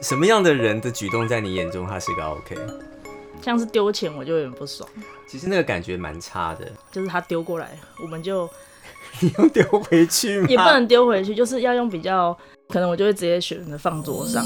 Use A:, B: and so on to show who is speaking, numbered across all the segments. A: 什么样的人的举动在你眼中他是个 OK？
B: 像是丢钱我就有点不爽，
A: 其实那个感觉蛮差的，
B: 就是他丢过来，我们就
A: 你又丢回去吗？
B: 也不能丢回去，就是要用比较，可能我就会直接选择放桌上。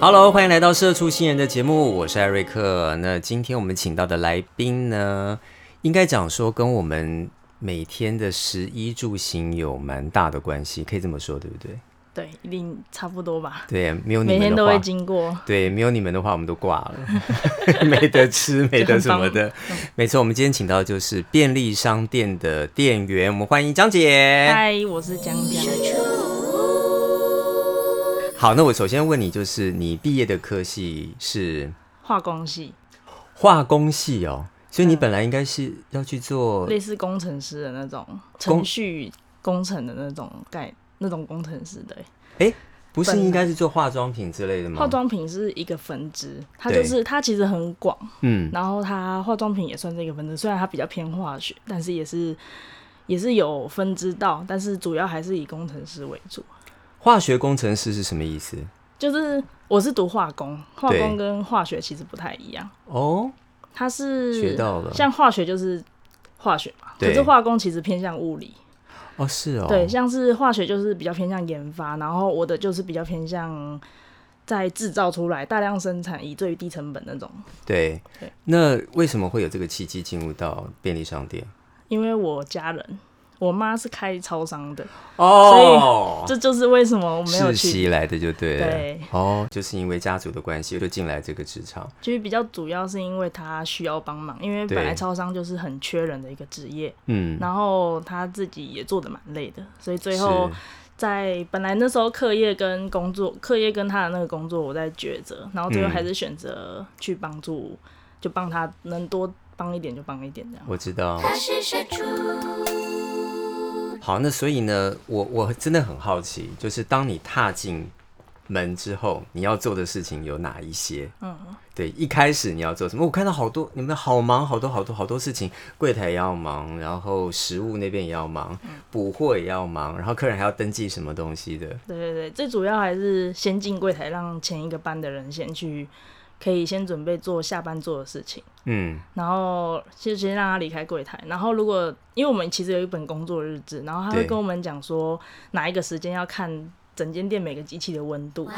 A: Hello，欢迎来到《社畜新人》的节目，我是艾瑞克。那今天我们请到的来宾呢，应该讲说跟我们每天的食衣住行有蛮大的关系，可以这么说，对不对？
B: 对，一定差不多吧。
A: 对，没有你
B: 每天
A: 们
B: 都
A: 的
B: 会
A: 话，
B: 经过，
A: 对，没有你们的话，我们都挂了， 没得吃，没得什么的。没错，我们今天请到的就是便利商店的店员，我们欢迎江姐。
B: 嗨，我是江江，
A: 好，那我首先问你，就是你毕业的科系是
B: 化工系，
A: 化工系哦，所以你本来应该是要去做
B: 类似工程师的那种
A: 工
B: 程序工程的那种概那种工程师的、
A: 不是
B: 本来
A: 应该是做化妆品之类的吗？
B: 化，妆品是一个分支，它
A: 嗯对
B: 就是它其实很广，
A: 嗯，
B: 然后它化妆品也算是一个分支，虽然它比较偏化学，但是也是也是有分支到，但是主要还是以工程师为主。
A: 化学工程师是什么意思？
B: 就是我是读化工，化
A: 对
B: 工跟化学其实不太一样，
A: 哦，
B: 它是
A: 学到了
B: 像化学就是化学嘛，
A: 对
B: 可是化工其实偏向物理，
A: 哦，是哦，
B: 对，，像是化学就是比较偏向研发，然后我的就是比较偏向在制造出来大量生产，以最低成本那种。
A: 对
B: 对
A: 那为什么会有这个契机进入到便利商店？
B: 因为我家人，我妈是开超商的，
A: 哦，
B: 这就是为什么我没有
A: 世
B: 去，
A: 袭来的就对了，
B: 对
A: 哦，就是因为家族的关系，我就进来这个职场，
B: 就是比较主要是因为她需要帮忙，因为
A: 对
B: 本来超商就是很缺人的一个职业，
A: 嗯，
B: 然后她自己也做的蛮累的，所以最
A: 是
B: 后在本来那时候课业跟工作，课业跟他的那个工作我在抉择，然后最后
A: 嗯
B: 还是选择去帮助，就帮他能多帮一点就帮一点这样。
A: 我知道。好，那所以呢，我我真的很好奇，就是当你踏进门之后，你要做的事情有哪一些？嗯，对，一开始你要做什么？我看到好多你们好忙，好多好多好多事情，柜台也要忙，然后食物那边也要忙，
B: 嗯
A: 补货也要忙，然后客人还要登记什么东西的。
B: 对对对，最主要还是先进柜台，让前一个班的人先去，可以先准备做下班做的事情，
A: 嗯，
B: 然后就先让他离开柜台。然后如果因为我们其实有一本工作日志，然后他会
A: 对
B: 跟我们讲说哪一个时间要看整间店每个机器的温度。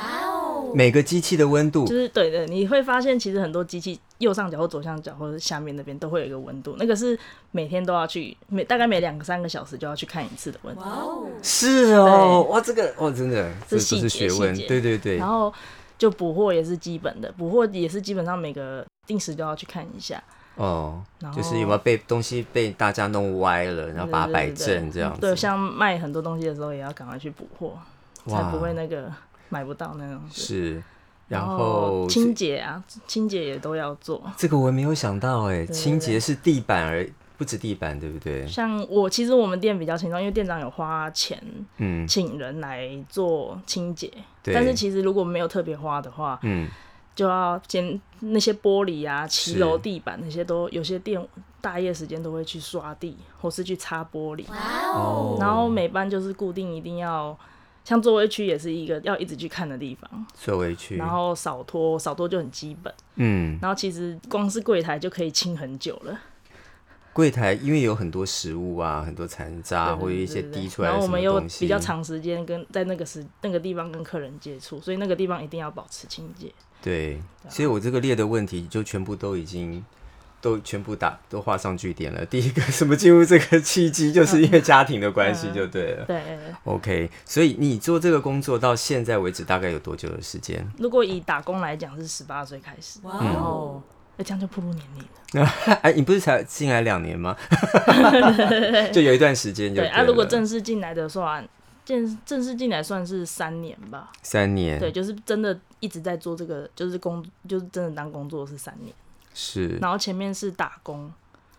A: 每个机器的温度
B: 就是对的，你会发现其实很多机器右上角或左上角或者下面那边都会有一个温度，那个是每天都要去，每大概每两个三个小时就要去看一次的温度。
A: 是哦，哇，这个哦，真的，这
B: 这
A: 都
B: 细
A: 是
B: 节
A: 学问，
B: 细节
A: 对对对
B: 然，后就补货也是基本的，补货也是基本上每个定时都要去看一下。
A: 哦，
B: 然后
A: 就是有没有被东西被大家弄歪了，然后把它摆正这样子。
B: 对，像卖很多东西的时候也要赶快去补货，才
A: 哇
B: 不会那个买不到那种。
A: 是，然
B: 然
A: 后
B: 清
A: 这
B: 洁啊，清洁也都要做。
A: 这个我没有想到哎，
B: 对
A: 清洁是地板而不止地板，对不对？
B: 像我其实我们店比较轻松，因为店长有花钱
A: 嗯，
B: 请人来做清洁，
A: 对
B: 但是其实如果没有特别花的话，
A: 嗯，
B: 就要先那些玻璃啊、
A: 是
B: 骑楼地板那些都有些店大夜时间都会去刷地或是去擦玻璃，
A: 哦，
B: 然后每班就是固定一定要。像座位区也是一个要一直去看的地方，
A: 座位区，
B: 然后扫拖，扫拖就很基本。
A: 嗯，
B: 然后其实光是柜台就可以清很久了，
A: 柜台因为有很多食物啊，很多残渣
B: 对
A: 或者一些
B: 对对
A: 滴
B: 对
A: 出来
B: 然
A: 的
B: 后
A: 什
B: 我
A: 么
B: 们又
A: 东西
B: 比较，长时间跟在那个时那个地方跟客人接触，所以那个地方一定要保持清洁。
A: 对，
B: 啊
A: 所以我这个列的问题就全部都已经。都全部打都画上句点了。第一个，什么进入这个契机，就是 因为
B: 嗯
A: 家庭的关系，就对了。
B: 对，
A: OK，所以你做这个工作到现在为止大概有多久的时间？
B: 如果以打工来讲是十八岁开始，然后那这样就步入年龄了。
A: 哎，你不是才进来两年 吗？就有一段时间就对
B: 对啊，如果
A: 了
B: 正式进来的算正正式进来算是三年吧。
A: 三年，
B: 对，就是真的一直在做这个，就是工，就是真的当工作是三年，
A: 是
B: 然后前面是打工，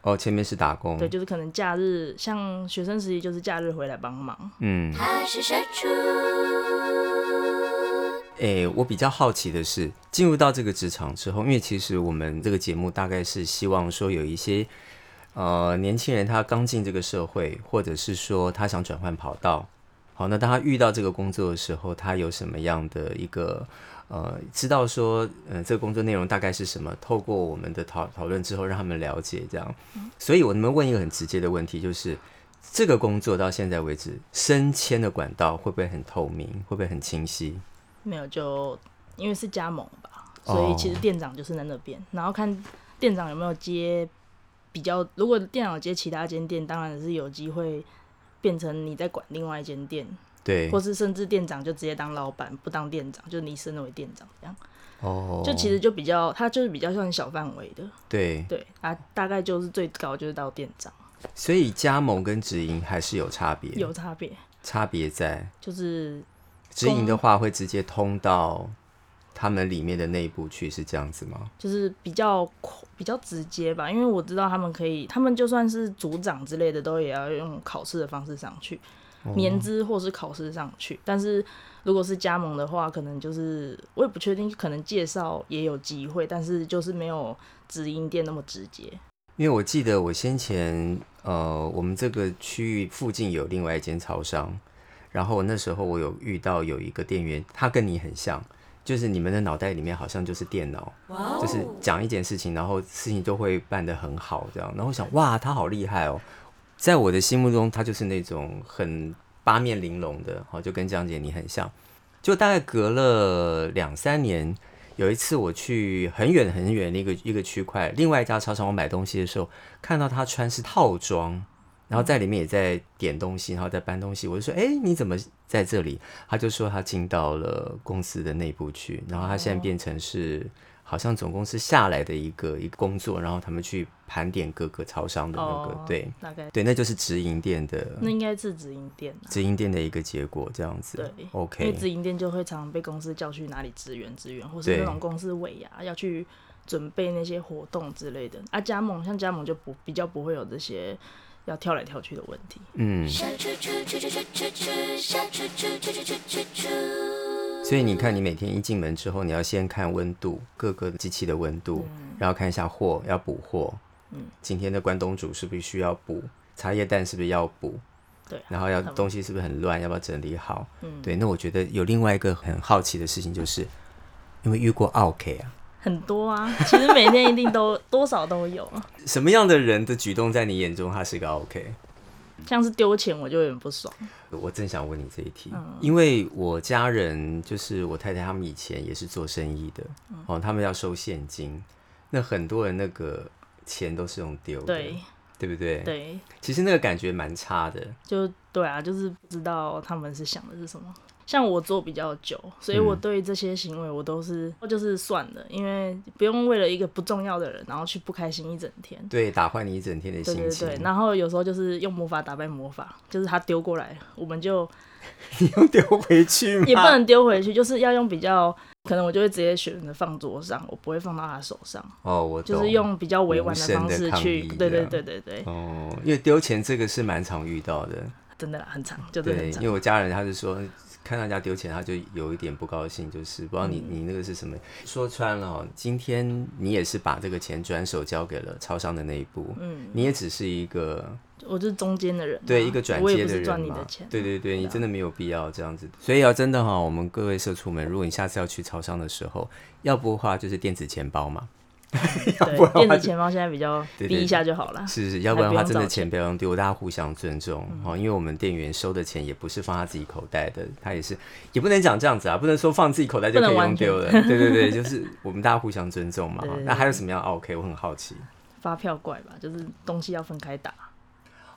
A: 哦，前面是打工，
B: 对，就是可能假日，像学生时期就是假日回来帮忙。
A: 嗯，
C: 他是社畜，
A: 诶，我比较好奇的是，进入到这个职场之后，因为其实我们这个节目大概是希望说有一些呃年轻人他刚进这个社会，或者是说他想转换跑道，好，那当他遇到这个工作的时候，他有什么样的一个呃，知道说呃这个工作内容大概是什么？透过我们的讨讨论之后，让他们了解这样。所以我们问一个很直接的问题，就是。这个工作到现在为止，升迁的管道会不会很透明？会不会很清晰？
B: 没有，就因为是加盟吧，
A: 哦
B: 所以其实店长就是在那边，然后看店长有没有接比较，如果店长有接其他间店，当然是有机会变成你在管另外一间店，
A: 对，
B: 或是甚至店长就直接当老板，不当店长，就你升为店长这样，
A: 哦，
B: 就其实就比较，他就是比较算小范围的，
A: 对，
B: 对，啊，大概就是最高就是到店长，
A: 所以加盟跟直营还是有差别，
B: 有差别，
A: 差别在
B: 就是
A: 直营的话会直接通到他们里面的内部去，是这样子吗？
B: 就是比较比较直接吧，因为我知道他们可以，他们就算是组长之类的，都也要用考试的方式上去，
A: 哦
B: 年资或是考试上去。但是如果是加盟的话，可能就是我也不确定，可能介绍也有机会，但是就是没有直营店那么直接。
A: 因为我记得我先前呃，我们这个区域附近有另外一间超商，然后那时候我有遇到有一个店员，他跟你很像，就是你们的脑袋里面好像就是电脑，
C: 哇
A: 就是讲一件事情，然后事情就会办得很好，这样。然后我想，哇，他好厉害哦！在我的心目中，他就是那种很八面玲珑的，哦好，就跟江姐你很像。就大概隔了两三年，有一次我去很远很远的一个一个区块，另外一家超商我买东西的时候，看到他穿是套装，然后在里面也在点东
B: 嗯
A: 西，然后在搬东西，我就说：“哎、你怎么在这里？”他就说他进到了公司的内部去，然后他现在变成是。好像总公司下来的一个一个工作，然后他们去盘点各个超商的那个、
B: 哦，
A: 对，
B: 大概
A: 对，那就是直营店的
B: 那应该是直营店啦。
A: 直营店的一个结果，这样子。
B: 对因为直
A: ，OK，
B: 营店就会常被公司叫去哪里支援支援，或是
A: 对
B: 那种公司尾牙要去准备那些活动之类的。啊，加盟像加盟就不比较不会有这些要跳来跳去的问题。
A: 嗯，
C: 社畜畜畜畜畜畜社畜畜畜畜畜畜畜。
A: 所以你看，你每天一进门之后，你要先看温度，各个机器的温度，然后看一下货要补货，嗯，今天的关东煮是不是需要补，茶叶蛋是不是要补，
B: 对啊、
A: 然后要
B: 很
A: 东西是不是很乱，要不要整理好？嗯，对。那我觉得有另外一个很好奇的事情，就是因为遇过 OK 啊，
B: 很多啊，其实每天一定都多少都有啊。
A: 什么样的人的举动在你眼中他是个 OK？
B: 像是丢钱我就有点不爽，
A: 我正想问你这一题，
B: 嗯
A: 因为我家人就是我太太，他们以前也是做生意的，
B: 嗯
A: 哦，他们要收现金，那很多人那个钱都是用丢的，
B: 对
A: 对不对？，
B: 对，
A: 其实那个感觉蛮差的，
B: 就对啊，就是不知道他们是想的是什么。像我做比较久，所以
A: 嗯
B: 我对这些行为我都是、就是算了，因为不用为了一个不重要的人，然后去不开心一整天。
A: 对，打坏你一整天的
B: 对
A: 心
B: 对
A: 情。
B: 对，然后有时候就是用魔法打败魔法，就是他丢过来，我们就
A: 啊你又丢回去吗？
B: 也不能丢回去，就是要用比较，可能我就会直接选择放桌上，我不会放到他手上，
A: 哦，我懂
B: 就是用比较委婉的方
A: 无声的
B: 式去
A: 抗议，啊这
B: 对对
A: 样
B: 对对对，
A: 哦，因为丢钱这个是蛮常遇到的，
B: 真的啦很长，就是
A: 对，
B: 很
A: 因
B: 长
A: 为，我家人他就说，看到人家丢钱，他就有一点不高兴，就是不知道
B: 嗯
A: 你、你那个是什么。说穿了哦，今天你也是把这个钱转手交给了超商的那一步，嗯，你也只是一个
B: 我就是中间的人啊，
A: 对一个转
B: 我也
A: 接
B: 不
A: 的
B: 是赚
A: 人
B: 你的
A: 嘛
B: 钱，，
A: 对对对，你真的没有必要这样子。所以要真的哈、哦我们各位社畜们，如果你下次要去超商的时候，要不的话就是电子钱包嘛，
B: 对，电子钱包现在比较
A: 对对
B: 逼一下就好 了，
A: 是是，要不然的话
B: 还不
A: 真的
B: 用找钱嗯
A: 钱不要用丢，大家互相尊重哦。因为我们店员收的钱也不是放他自己口袋的，他也是也不能讲这样子啊，不能说放自己口袋就
B: 不
A: 可
B: 能
A: 以用
B: 完全
A: 丢 了。对对对，就是我们大家互相尊重嘛哦
B: 对对。对
A: 那还有什么样 OK？我很好奇。
B: 发票怪吧，就是东西要分开打。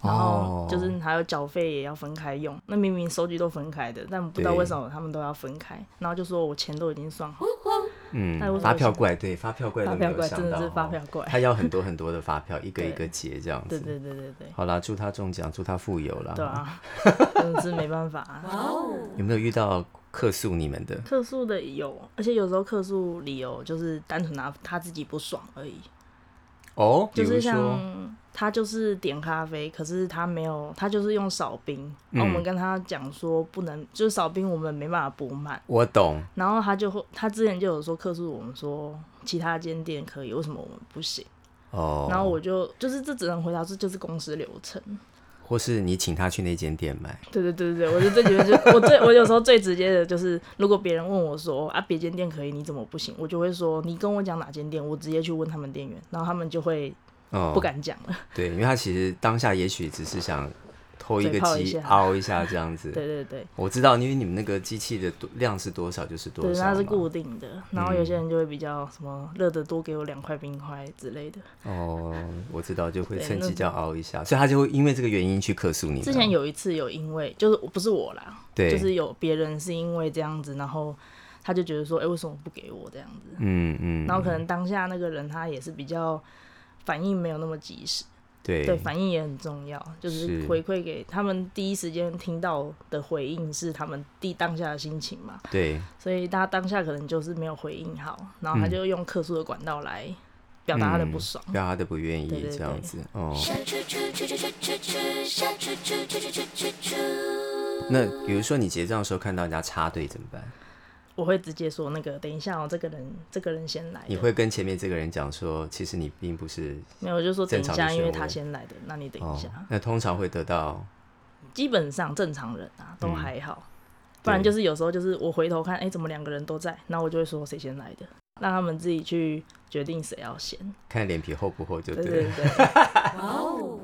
A: 哦
B: 然后就是还有缴费也要分开用，那明明收据都分开的，但不知道
A: 对
B: 为什么他们都要分开，然后就说我钱都已经算好，那为
A: 嗯，
B: 什么
A: 发票怪，对发票怪都
B: 发
A: 没
B: 票
A: 有
B: 怪
A: 想
B: 真的
A: 到
B: 是
A: 哦，
B: 发票怪，
A: 他要很多很多的发票，一个
B: 对
A: 一个结这样
B: 对
A: 子。
B: 对对对 对，
A: 好啦，祝他中奖，祝他富有啦。
B: 对啊，真的是没办法、啊。
A: 有没有遇到客诉你们的？
B: 客诉的有，而且有时候客诉理由就是单纯拿他自己不爽而已，
A: 哦，比
B: 就
A: 如
B: 是
A: 说，
B: 像他就是点咖啡，可是他没有，他就是用少冰。
A: 嗯
B: 然后我们跟他讲说不能，就是少冰我们没办法补满。
A: 我懂，
B: 然后他就会，他之前就有说客诉我们说其他间店可以，为什么我们不行？
A: 哦，
B: 然后我就就是这只能回答这就是公司流程。
A: 或是你请他去那间店买，
B: 对对对对对，我就最觉得就我最我有时候最直接的就是，如果别人问我说啊别间店可以，你怎么不行？我就会说你跟我讲哪间店，我直接去问他们店员，然后他们就会
A: 哦，
B: 不敢讲了。
A: 对，因为他其实当下也许只是想偷一个
B: 嘴炮一
A: 鸡
B: 下
A: 凹一下这样子。
B: 对对对。
A: 我知道，因为你们那个机器的多量是多少就是多
B: 对，
A: 少嘛。嗯
B: 它是固定的。然后有些人就会比较什么热的多给我两块冰块之类的。
A: 哦，我知道，就会
B: 对
A: 趁
B: 那
A: 机这样凹一下，所以他就会因为这个原因去客诉你们。
B: 之前有一次有因为就是不是我啦，
A: 啊对，
B: 就是有别人是因为这样子，然后他就觉得说，哎、为什么不给我这样子？
A: 嗯嗯，
B: 然后可能当下那个人他也是比较反应没有那么及时，
A: 对
B: 对，反应也很重要，就是
A: 是
B: 回馈给他们第一时间听到的回应是他们第当下的心情嘛，
A: 对
B: 所以他当下可能就是没有回应好，然
A: 嗯
B: 后他就用客诉的管道来表达他的不爽。
A: 不要嗯他的不愿意
B: 对对
A: 这样
B: 对
A: 子哦。
C: 下去去去去去去去下去去去去去去去。
A: 那比如说你结账的时候看到人家插队怎么办？
B: 我会直接说那个，等一下哦，这个人这个人先来的，
A: 你会跟前面这个人讲说，其实你并不是
B: 没有我就说等一
A: 正常
B: 下，
A: 的
B: 因为
A: 漩涡
B: 他先来的，那你等一
A: 哦
B: 下。，
A: 那通常会得到
B: 基本上正常人啊
A: 嗯
B: 都还好，不然
A: 对
B: 就是有时候就是我回头看，哎、怎么两个人都在，那我就会说谁先来的，让他们自己去决定谁要先。
A: 看脸皮厚不厚就
B: 对
A: 对
B: 对
A: 了。
B: 对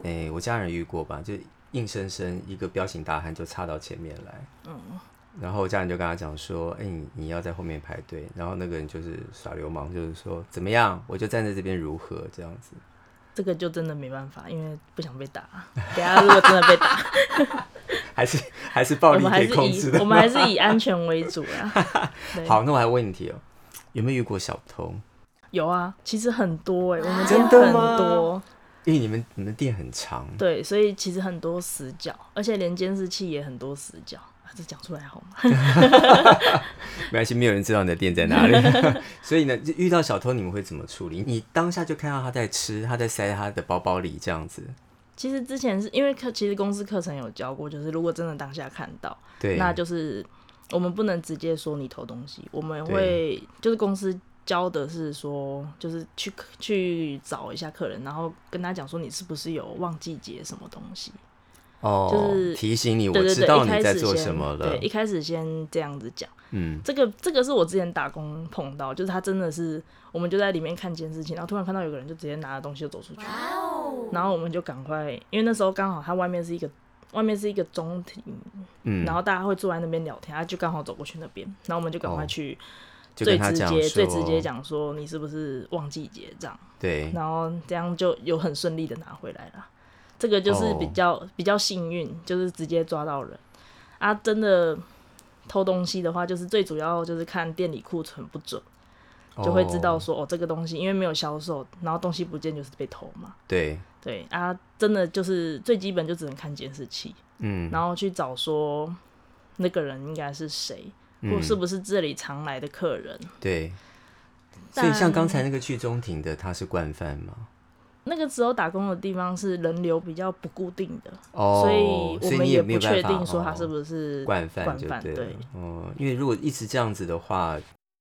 B: 对，
A: 哎、我家人遇过吧，就硬生生一个彪形大汉就插到前面来，嗯，然后我家人就跟他讲说，哎、你你要在后面排队，然后那个人就是耍流氓，就是说怎么样，我就站在这边如何这样子，
B: 这个就真的没办法，因为不想被打。等一下如果真的被打，
A: 还是还是 暴
B: 我
A: 力
B: 们
A: 可
B: 还
A: 以控制
B: 是以
A: 的
B: 我。们还是以安全为主啦。 对
A: 好，那我还问你题哦，有没有遇过小偷？
B: 有啊，其实很多哎、我们
A: 真
B: 店
A: 的
B: 很
A: 吗
B: 多。
A: 因为你们你们店很长，
B: 对，所以其实很多死角，而且连监视器也很多死角。啊、这讲出来好吗？
A: 没关系，没有人知道你的店在哪里， 所以呢，就遇到小偷你们会怎么处理？你当下就看到他在吃，他在塞在他的包包里这样子，
B: 其实之前是因为课，其实公司课程有教过，就是如果真的当下看到，
A: 对，
B: 那就是我们不能直接说你偷东西，我们
A: 对
B: 会就是公司教的是说，就是去去找一下客人，然后跟他讲说你是不是有忘记结什么东西。
A: 哦，
B: 就是
A: 提醒你，我
B: 对对
A: 知
B: 对，
A: 道
B: 一
A: 你
B: 开
A: 在
B: 始
A: 做
B: 先
A: 什么了
B: 对，。一开始先这样子讲。
A: 嗯，
B: 这个这个是我之前打工碰到，就是他真的是，我们就在里面看监视器，然后突然看到有个人就直接拿着东西就走出去，然后我们就赶快，因为那时候刚好他外面是一个外面是一个中庭，
A: 嗯
B: 然后大家会坐在那边聊天，他啊就刚好走过去那边，然后我们就赶快
A: 哦
B: 去
A: 就
B: 最
A: 跟他
B: 直
A: 讲
B: 接、
A: 说，
B: 最直接，讲说你是不是忘记结账，
A: 对，
B: 然后这样就有很顺利的拿回来了。这个就是
A: 哦
B: 比较、比较幸运，就是直接抓到人啊！真的偷东西的话，就是最主要就是看店里库存不准，就会知道
A: 哦
B: 说哦这个东西因为没有销售，然后东西不见就是被偷嘛。
A: 对，
B: 对啊，真的就是最基本就只能看监视器，
A: 嗯，
B: 然后去找说那个人应该是谁，或
A: 嗯
B: 是不是这里常来的客人。
A: 对。所以像
B: 但
A: 刚才那个去中庭的，他是惯犯吗？
B: 那个时候打工的地方是人流比较不固定的，
A: 哦，
B: 所
A: 所
B: 以我们
A: 你
B: 也
A: 没
B: 不
A: 有办
B: 确
A: 法
B: 定说他是
A: 哦
B: 不是
A: 惯犯
B: 惯
A: 就
B: 犯，
A: 对了
B: 对，
A: 哦，因为如果一直这样子的话，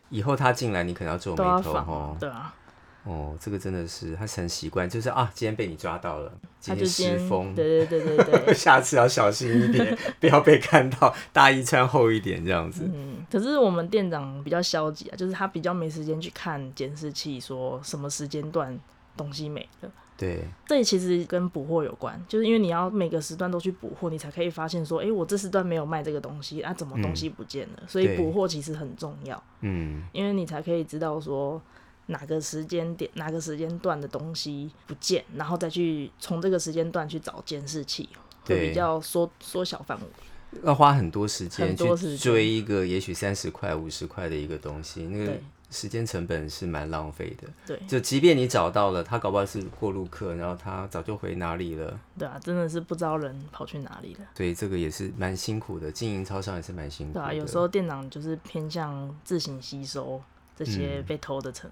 A: 以后他进来你可能要皱眉
B: 都要
A: 头
B: 防啊
A: 哦，。
B: 对啊，
A: 哦，这个真的是他是很习惯，就是啊，今天被你抓到了，今
B: 他就
A: 天
B: 今
A: 失
B: 天
A: 风，
B: 对对对对 对，
A: 下次要小心一 点，不要被看到，大衣穿厚一点这样子。
B: 嗯，可是我们店长比较消极啊，就是他比较没时间去看监视器，说什么时间段东西没了。
A: 对，
B: 这其实跟补货有关，就是因为你要每个时段都去补货，你才可以发现说，哎、我这时段没有卖这个东西啊，怎么东西不见了？所以
A: 嗯对
B: 补货其实很重要。
A: 嗯，
B: 因为你才可以知道说哪个时间点、哪个时间段的东西不见，然后再去从这个时间段去找监视器，
A: 对
B: 会比较缩缩小范围。
A: 要花很多时间
B: 很多
A: 去
B: 时间
A: 追一个也许三十块、五十块的一个东西，那个
B: 对
A: 时间成本是蛮浪费的。
B: 对
A: 就即便你找到了，他搞不好是过路客，然后他早就回哪里了，
B: 对啊，真的是不知道人跑去哪里了。
A: 所以这个也是蛮辛苦的。经营超商也是蛮辛苦
B: 对啊
A: 的。嗯
B: 啊，有时候店长就是偏向自行吸收这些被偷的成，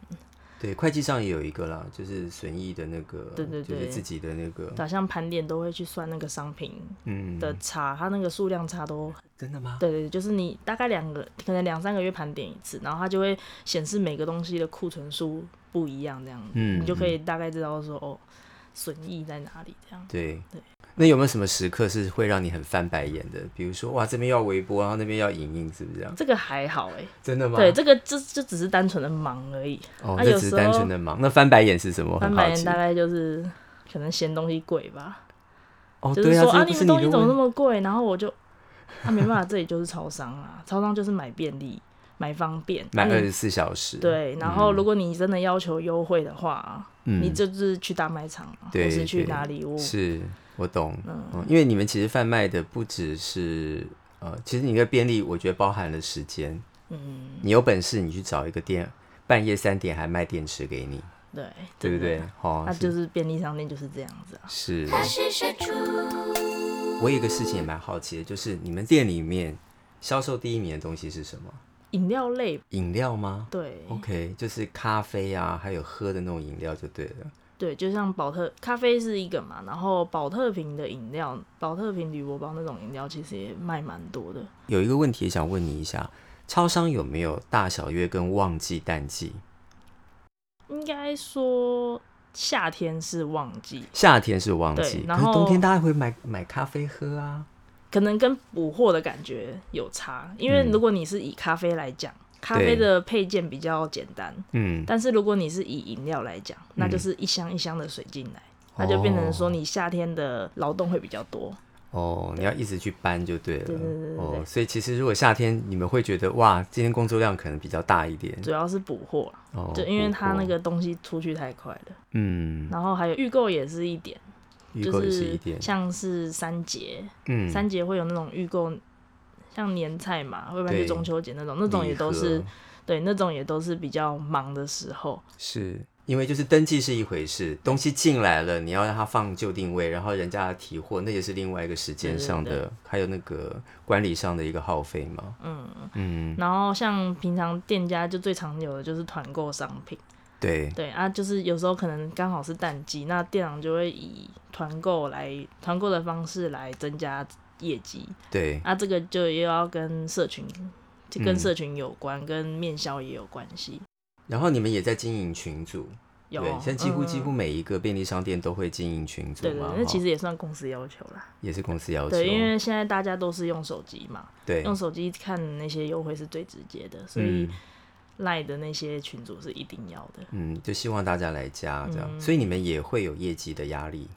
A: 对，会计上也有一个啦，就是损益的那个，
B: 对对
A: 就
B: 对
A: 是自己的那个，
B: 对啊，像盘点都会去算那个商品
A: 嗯，
B: 的差，它那个数量差都
A: 真的吗？
B: 对对，对就是你大概两个可能两三个月盘点一次，然后它就会显示每个东西的库存数不一样，这样，
A: 嗯
B: 你就可以大概知道说哦，损益在哪里这样。
A: 对
B: 对
A: 那有没有什么时刻是会让你很翻白眼的？比如说，哇，这边要微波，然后那边要影印，是不是这样？
B: 这个还好哎、
A: 真的吗？
B: 对，，这个就就只是单纯的忙而已。
A: 哦，
B: 啊
A: 这
B: 有
A: 只是
B: 时
A: 单纯
B: 候
A: 的忙。那翻白眼是什么？我
B: 翻
A: 很
B: 白
A: 好
B: 眼
A: 奇
B: 大。概就是可能嫌东西贵吧，
A: 哦，
B: 就是
A: 对啊，
B: 说
A: 这又不
B: 你
A: 是
B: 们东西
A: 的
B: 怎么那
A: 问题。
B: 么贵？然后我就啊没办法，这里就是超商啊，超商就是买便利、买方便，
A: 满
B: 那
A: 二
B: 你
A: 十四小时。
B: 对，然后
A: 嗯
B: 如果你真的要求优惠的话，
A: 嗯
B: 你就是去大卖场啊，
A: 对
B: 或是去
A: 对
B: 哪里？我
A: 是我懂，嗯，因为你们其实贩卖的不只是呃，其实你的便利，我觉得包含了时间。嗯，你有本事你去找一个店，半夜三点还卖电池给你，
B: 对
A: 对不？对？哦，
B: 那就是便利商店就是这样子啊。
A: 是。
C: 它是山猪，
A: 我有一个事情也蛮好奇的，就是你们店里面销售第一名的东西是什么？
B: 饮料类，
A: 饮料吗
B: 对
A: ？OK，就是咖啡啊，还有喝的那种饮料就对了。
B: 对，就像宝特咖啡是一个嘛，然后宝特瓶的饮料，宝特瓶铝箔包那种饮料其实也卖蛮多的。
A: 有一个问题想问你一下，超商有没有大小月跟旺季淡季？
B: 应该说夏天是旺季，
A: 夏天是旺季，
B: 对
A: 可
B: 然
A: 是冬天
B: 后
A: 大家会买买咖啡喝啊。
B: 可能跟补货的感觉有差，因为
A: 嗯
B: 如果你是以咖啡来讲，咖啡的配件比较简单，
A: 嗯，
B: 但是如果你是以饮料来讲，那就是一箱一箱的水进来，那就变成说你夏天的劳动会比较多。
A: 哦，你要一直去搬就对了。
B: 对对对对
A: 哦
B: 对，
A: 所以其实如果夏天你们会觉得哇，今天工作量可能比较大一点。
B: 主要是补货啦，
A: 嗯哦，
B: 就因为它那
A: 哦，
B: 个东西出去太快了，
A: 嗯，
B: 然后还有预购也是一点，
A: 预购
B: 就
A: 也是一点，
B: 像是三节，
A: 嗯，
B: 三节会有那种预购，像年菜嘛，会不然
A: 对
B: 就中秋节那种，那种也
A: 礼
B: 都是
A: 盒
B: 对，那种也都是比较忙的时候，
A: 是因为就是登记是一回事，东西进来了，你要让它放就定位，然后人家提货，那也是另外一个时间
B: 对对
A: 上的，
B: 对
A: 还有那个管理上的一个耗费嘛。
B: 嗯，
A: 嗯，
B: 然后像平常店家就最常有的就是团购商品，
A: 对，
B: 对啊，就是有时候可能刚好是淡季，那店长就会以团购来团购的方式来增加业绩，
A: 对，
B: 啊，这个就又要跟社群，就跟
A: 嗯
B: 社群有关，跟面销也有关系，
A: 然后你们也在经营群组，
B: 有
A: 对，现在几乎
B: 嗯
A: 几乎每一个便利商店都会经营群组
B: 对对
A: 嘛，
B: 对，那其
A: 哈
B: 实也算公司要求啦。
A: 也是公司要求，
B: 对，因为现在大家都是用手机嘛，
A: 对
B: 用手机看那些优惠是最直接的，所以
A: 嗯
B: 赖的那些群主是一定要的。
A: 嗯，就希望大家来加这样，
B: 嗯
A: 所以你们也会有业绩的压力。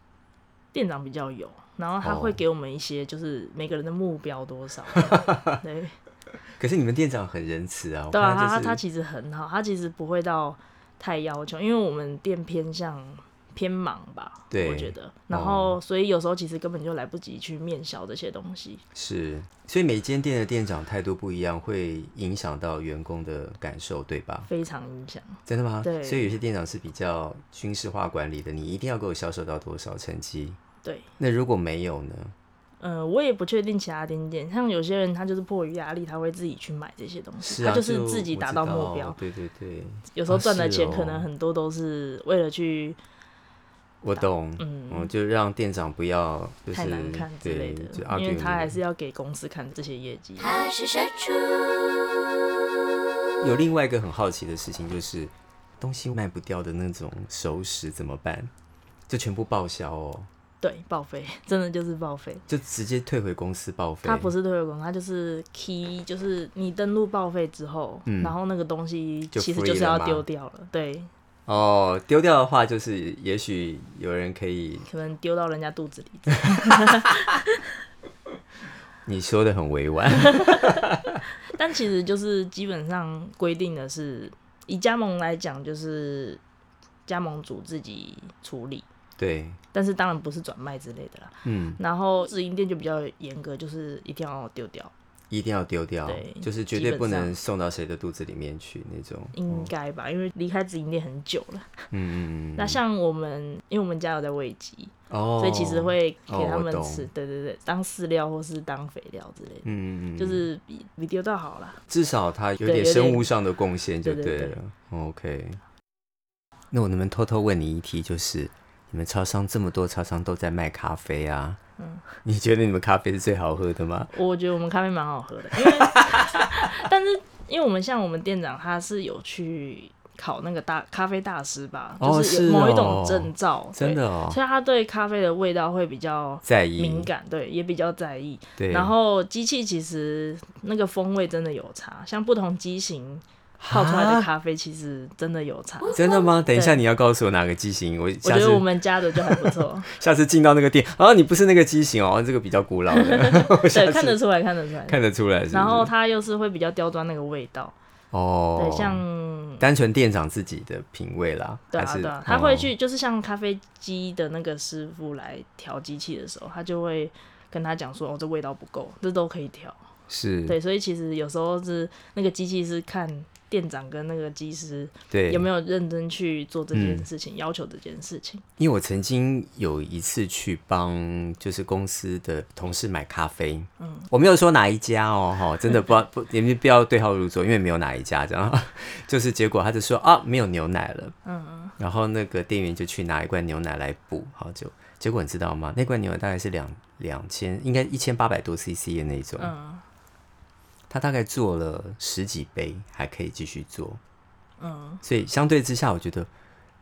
B: 店长比较有，然后他会
A: 哦
B: 给我们一些，就是每个人的目标多 少。对
A: 可是你们店长很仁慈啊，我
B: 对啊，
A: 看他
B: 他他
A: 就是
B: 他其实很好，他其实不会到太要求，因为我们店偏向偏忙吧，
A: 对哦
B: 我觉得。然后、所以有时候其实根本就来不及去面销这些东西。
A: 是，所以每间店的店长态度不一样，会影响到员工的感受，对吧？
B: 非常影响，
A: 真的吗？
B: 对
A: 所以有些店长是比较军事化管理的，你一定要给我销售到多少成绩。
B: 对，
A: 那如果没有呢？
B: 呃，我也不确定其他店店，像有些人他就是迫于压力，他会自己去买这些东西，
A: 是啊，
B: 他就是自己
A: 我
B: 达
A: 知
B: 到
A: 道
B: 目标。
A: 对对对，
B: 有时候赚的钱
A: 啊是哦
B: 可能很多都是为了去，
A: 我懂。嗯，就让店长不要就是
B: 太难看之类的
A: 对就，
B: 因
A: argue
B: 为他还
A: 你
B: 是要给公司看这些业绩。
C: 它是山猪，
A: 有另外一个很好奇的事情，就是东西卖不掉的那种熟食怎么办？就全部报销哦，
B: 对，报废， 真的就是报废。
A: 就直接退回公司报废。
B: 它不是退回广告，它就是 key，就是你登录报废之后，
A: 嗯
B: 然后那个东西
A: 就
B: 其实
A: free
B: 就是要
A: 了吗
B: 丢掉了。对，
A: 哦，丢掉的话，就是也许有人可以，
B: 可能丢到人家肚子里。
A: 你说的很委婉，
B: 但其实就是基本上规定的是，以加盟来讲，就是加盟主自己处理，
A: 对，
B: 但是当然不是转卖之类的啦。
A: 嗯，
B: 然后直营店就比较严格，就是一定要丢掉，
A: 一定要丢掉
B: 对，
A: 就是绝对不
B: 基本
A: 能
B: 上
A: 送到谁的肚子里面去那种，
B: 应该吧？因为离开直营店很久了。
A: 嗯嗯嗯，
B: 那像我们，因为我们家有在喂鸡，
A: 哦，
B: 所以其实，会给他
A: 哦
B: 们
A: 我懂
B: 吃，对对对，当饲料或是当肥料之类的，
A: 嗯嗯嗯，
B: 就是比比丢掉好啦。
A: 至少它有
B: 对
A: 点
B: 有点
A: 生物上的贡献就
B: 对对
A: 了。OK，那我能不能偷偷问你一题，就是你们超商这么多超商都在卖咖啡啊？
B: 嗯
A: 你觉得你们咖啡是最好喝的吗？
B: 我觉得我们咖啡蛮好喝的， 因为 但是因为我们像我们店长他是有去考那个大咖啡大师吧，
A: 哦
B: 就是
A: 是
B: 有某一种
A: 哦
B: 证照，对
A: 真的哦，
B: 所以他对咖啡的味道会比较
A: 在意
B: 敏感，对，也比较在意。
A: 对，
B: 然后机器其实那个风味真的有差，像不同机型泡出来的
A: 啊
B: 咖啡其实真的有差。
A: 真的吗？等一下
B: 对
A: 你要告诉我哪个机型，我
B: 我
A: 下
B: 觉
A: 次
B: 得我们家的就还不错，
A: 下次进到那个店，啊，你不是那个机型哦，这个比较古老的，我下
B: 对，
A: 次
B: 看得出来，看得出来。
A: 看得出来是不是
B: 然后它又是会比较刁钻那个味道，
A: 哦，
B: 对，像
A: 单纯店长自己的品味啦，
B: 对啊
A: 还是哦
B: 对啊，他会去就是像咖啡机的那个师傅来调机器的时候，他就会跟他讲说，哦，这味道不够，这都可以调。
A: 哦是
B: 对，所以其实有时候是那个机器是看店长跟那个技师
A: 对
B: 有没有认真去做这件
A: 嗯
B: 事情，要求这件事情。
A: 因为我曾经有一次去帮就是公司的同事买咖啡，嗯，我没有说哪一家哦，哈，真的不要 不，你们不要对号入座，因为没有哪一家这样，就是结果他就说啊没有牛奶了，嗯嗯，然后那个店员就去拿一罐牛奶来补，好就结果你知道吗？那罐牛奶大概是两两千，应该一千八百多 CC 的那种，
B: 嗯
A: 他大概做了十几杯，还可以继续做，
B: 嗯，
A: 所以相对之下，我觉得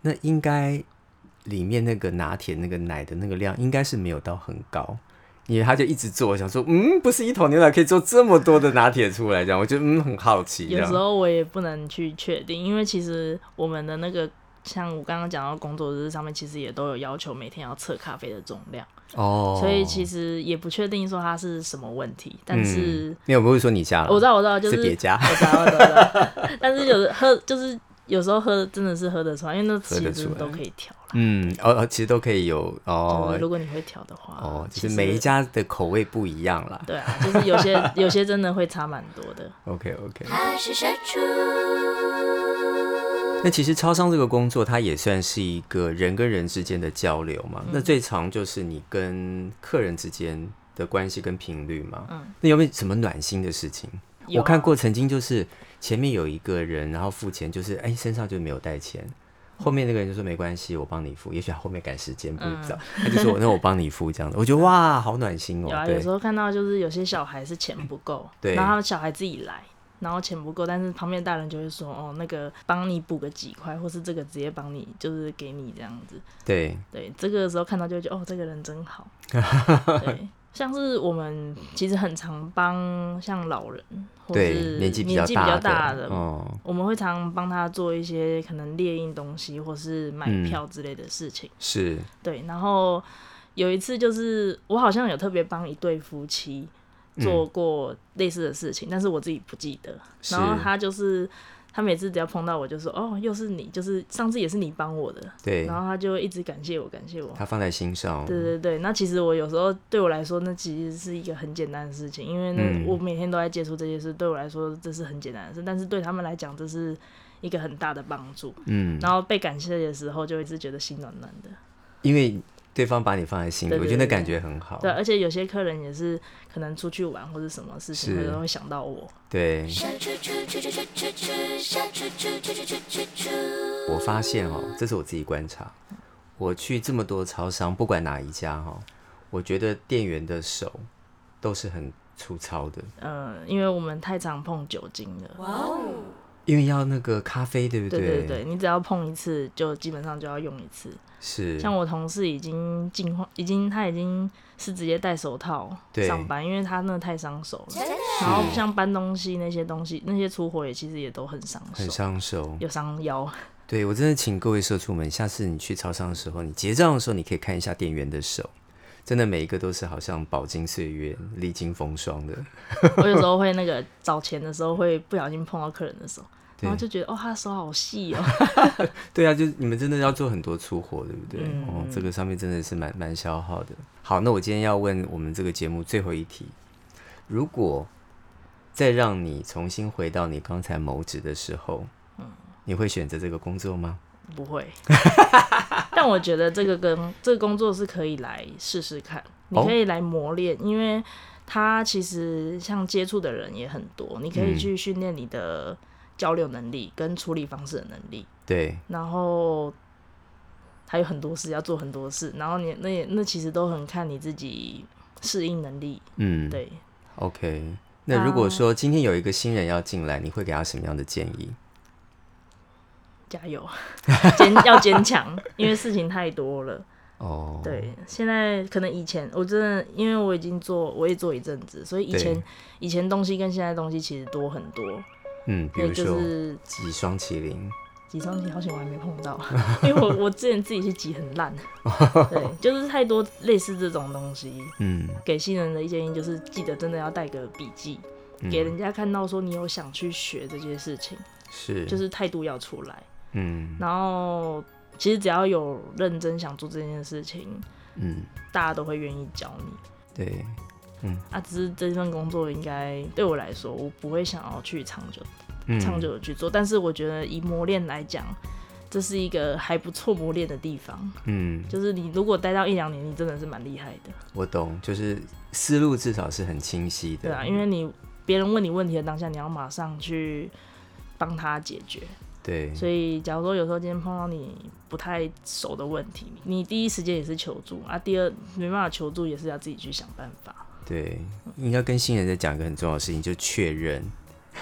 A: 那应该里面那个拿铁那个奶的那个量应该是没有到很高，因为他就一直做，我想说，嗯，不是一桶牛奶可以做这么多的拿铁出来，这样，我觉得嗯很好奇，这
B: 有时
A: 样
B: 候我也不能去确定，因为其实我们的那个像我刚刚讲到工作日上面，其实也都有要求每天要测咖啡的总量，
A: 哦，嗯
B: 所以其
A: 实
B: 实也不确定说它是什么问题，但是。
A: 没有不是说你家了，
B: 我知道，我知道，就是
A: 别家
B: 我知道，我知道我知道。但是有的喝，就是有时候喝的真的是喝得出来，因为那
A: 喝
B: 其
A: 得
B: 实
A: 出来
B: 都可以调啦。
A: 嗯，哦哦，其实都可以有
B: 就
A: 哦
B: 是如果你会调的话，
A: 哦，就
B: 其
A: 是
B: 实
A: 每一家的口味不一样啦。
B: 对啊，就是有些有些真的会差蛮多的。
A: OK OK，
C: 它是社畜，
A: 那其实超商这个工作，它也算是一个人跟人之间的交流嘛。
B: 嗯
A: 那最常就是你跟客人之间的关系跟频率嘛。
B: 嗯
A: 那有没有什么暖心的事情？
B: 有 啊
A: 我看过，曾经就是前面有一个人，然后付钱，就是哎、身上就没有带钱。后面那个人就说没关系，我帮你付。也许他后面赶时间不知道，他就说那我帮你付这样子。我觉得哇，好暖心哦、
B: 嗯 有啊，有
A: 对
B: 时，候看到就是有些小孩是钱不够，
A: 对
B: 然后他们小孩自己来，然后钱不够，但是旁边大人就会说，哦，那个帮你补个几块，或是这个直接帮你，就是给你这样子。
A: 对，
B: 对，这个时候看到就会觉得，哦，这个人真 好。对，像是我们其实很常帮像老人或
A: 对
B: 是，
A: 年纪比较
B: 大
A: 大
B: 的。
A: 哦，
B: 我们会常帮他做一些可能列印东西或是买
A: 嗯
B: 票之类的事情。
A: 是，
B: 对，然后有一次就是我好像有特别帮一对夫妻
A: 嗯
B: 做过类似的事情，但是我自己不记得。
A: 是
B: 然后他就是他每次只要碰到我就说：“哦，又是你，就是上次也是你帮我的。”
A: 对
B: 然，后他就一直感谢我，感谢我。
A: 他放在心上，
B: 对对对，那其实我有时候对我来说，那其实是一个很简单的事情，因为呢，
A: 嗯
B: 我每天都在接触这些事，对我来说这是很简单的事，但是对他们来讲，这是一个很大的帮助。
A: 嗯，
B: 然后被感谢的时候，就一直觉得心暖暖的。
A: 因为对方把你放在心里，
B: 对对
A: 我觉得那感觉很好。
B: 对，而且有些客人也是可能出去玩或者什么事情，
A: 是
B: 他都会想到我。
A: 对，
C: 社畜畜畜畜畜畜，社畜畜畜畜畜畜。
A: 我发现哦，这是我自己观察，我去这么多超商，不管哪一家哈、哦，我觉得店员的手都是很粗糙的，
B: 嗯、因为我们太常碰酒精了。
A: 因为要那个咖啡，对不
B: 对
A: 对
B: 对对，你只要碰一次，就基本上就要用一次。
A: 是，
B: 像我同事已经进化，已经他已经是直接戴手套
A: 对
B: 上班，因为他那太伤手了。
A: 是
B: 然后像搬东西那些东西，那些粗活也其实也都很伤手
A: 很，伤手。
B: 有伤腰。
A: 对我真的请各位社畜们，下次你去超商的时候，你结账的时候，你可以看一下店员的手。真的每一个都是好像饱经岁月、历经风霜的，
B: 我有时候会那个找钱的时候，会不小心碰到客人的手，
A: 对
B: 然后就觉得哦，他手好细哦。
A: 对啊，就是你们真的要做很多粗活，对不对？
B: 嗯
A: 哦，这个上面真的是蛮蛮消耗的。好，那我今天要问我们这个节目最后一题：如果再让你重新回到你刚才谋职的时候，
B: 嗯
A: 你会选择这个工作吗？
B: 不会，但我觉得这个跟这个工作是可以来试试看，你
A: 哦
B: 可以来磨练，因为
A: 嗯
B: 它其实像接触的人也很多，你可以去训练你的交流能力跟处理方式的能力，
A: 对，
B: 然后还有很多事要做很多事，然后你那也那其实都很看你自己适应能力。
A: 嗯，
B: 对，
A: ，OK。那如果说今天有一个新人要进来，你会给他什么样的建议？
B: 加油， 坚要坚强，因为事情太多了。
A: 哦，，
B: 对，现在可能以前我真的，因为我已经做，我也做一阵子，所以以
A: 对
B: 前以前东西跟现在东西其实多很多。
A: 嗯，比
B: 对，
A: 如
B: 就
A: 说
B: 是
A: 挤双麒麟，
B: 挤双擎，好险我还没碰到， 因为我我之前自己去挤很烂。对，就是太多类似这种东西。
A: 嗯，
B: 给新人的建议就是，记得真的要带个笔记，
A: 嗯
B: 给人家看到说你有想去学这些事情，
A: 是，
B: 就是态度要出来。
A: 嗯
B: 然后其实只要有认真想做这件事情，
A: 嗯，
B: 大家都会愿意教你。
A: 对，
B: 啊，只是这份工作应该对我来说，我不会想要去长久、
A: 嗯，
B: 长久的去做。但是我觉得以磨练来讲，这是一个还不错磨练的地方。
A: 嗯，
B: 就是你如果待到一两年，你真的是蛮厉害的，
A: 我懂，就是思路至少是很清晰的，
B: 对啊，因为你别人问你问题的当下，你要马上去帮他解决。
A: 对，
B: 所以，假如说有时候今天碰到你不太熟的问题，你第一时间也是求助啊，第二没办法求助也是要自己去想办法。
A: 对，应该跟新人在讲一个很重要的事情，就确认，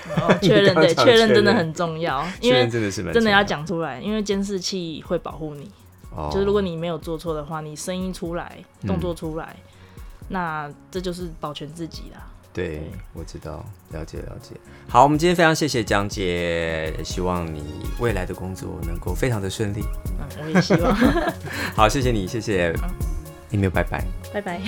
B: 哦，确认
A: 刚
B: 对，
A: 讲
B: 确
A: 确
B: 认真的
A: 认
B: 很重要，因
A: 确
B: 为
A: 认真的是蛮
B: 真的
A: 重
B: 要，讲出来，因为监视器会保护你。
A: 哦，
B: 就是如果你没有做错的话，你声音出来，
A: 嗯
B: 动作出来，那这就是保全自己啦。
A: 对
B: 对，
A: 我知道，了解了解。好，我们今天非常谢谢江姐，希望你未来的工作能够非常的顺利。
B: 嗯， 我也希望。 嗯
A: 好，谢谢你，谢谢，你没有拜拜。
B: 拜拜。